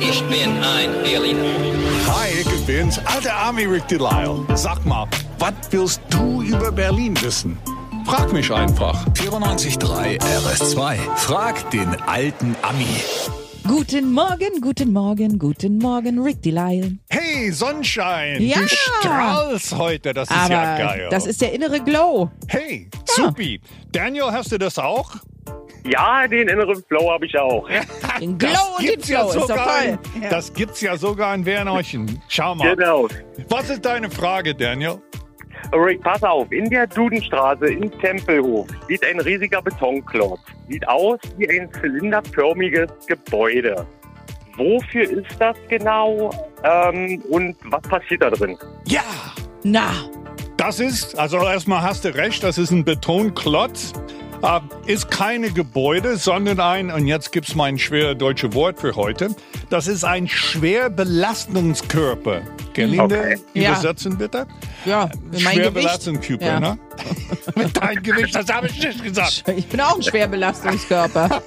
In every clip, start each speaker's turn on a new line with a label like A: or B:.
A: Ich bin ein Berliner.
B: Hi, ich bin's, alter Army Rick Delisle. Sag mal, was willst du über Berlin wissen? Frag mich einfach.
C: 94.3 RS2. Frag den alten Ami.
D: Guten Morgen, guten Morgen, guten Morgen, Rick Delisle.
B: Hey, Sonnenschein,
D: Ja.
B: du strahlst heute, das ist ja geil.
D: das ist Ah. der innere Glow.
B: hey, supi. Daniel, hast du das auch?
E: Ja, den inneren Flow habe ich auch.
D: Den Glow und den
B: gibt's ja
D: Flow ist doch
B: sogar
D: toll.
B: in, Das gibt's ja sogar in Wernorchen. Schau mal.
E: Genau.
B: Was ist deine Frage, Daniel?
E: Rick, pass auf. In der Dudenstraße in Tempelhof liegt ein riesiger Betonklotz. Sieht aus wie ein zylinderförmiges Gebäude. Wofür ist das genau ähm, und was passiert da drin?
B: Ja.
D: Na,
B: Das ist, also erstmal hast du recht, das ist ein Betonklotz. Äh, ist keine Gebäude, sondern ein, und jetzt gibt's mein schwer deutsche Wort für heute, das ist ein Schwerbelastungskörper. Gelinde
E: Okay.
D: Ja.
B: übersetzen bitte.
D: ja, mein Gewicht.
B: Schwerbelastungskörper,
D: Ja.
B: ne? Mit deinem Gewicht, das habe ich nicht gesagt.
D: Ich bin auch ein Schwerbelastungskörper.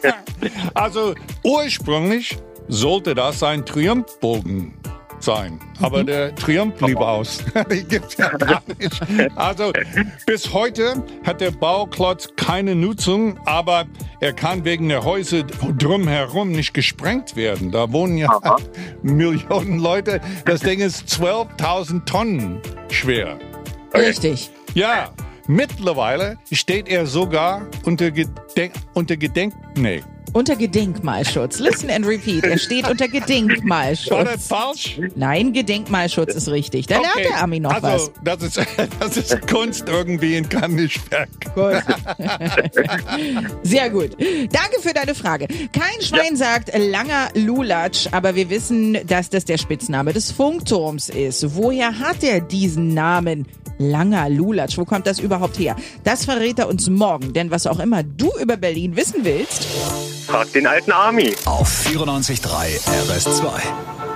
B: Also ursprünglich sollte das ein Triumphbogen sein. Aber der Triumph blieb aus. Den gibt's ja gar nicht. Also bis heute hat der Bauklotz keine Nutzung, aber er kann wegen der Häuser drumherum nicht gesprengt werden. Da wohnen ja
E: Aha.
B: Millionen Leute. Das Ding ist 12.000 Tonnen schwer.
D: Richtig.
B: Ja, mittlerweile steht er sogar unter, Gedenk unter Gedenk... Nee.
D: Unter Gedenkmalschutz. Listen and repeat. Er steht unter
B: War das
D: Gedenkmalschutz.
B: falsch?
D: Nein, Gedenkmalschutz ist richtig. Da lernt der Ami noch
B: also,
D: was.
B: Das ist, das ist Kunst irgendwie in Kannischberg.
D: Gut. Sehr gut. Danke für deine Frage. Kein Schwein sagt langer Lulatsch, aber wir wissen, dass das der Spitzname des Funkturms ist. Woher hat er diesen Namen? Langer Lulatsch, wo kommt das überhaupt her? Das verrät er uns morgen, denn was auch immer du über Berlin wissen willst,
E: Frag den alten Army.
C: Auf 94.3 RS2.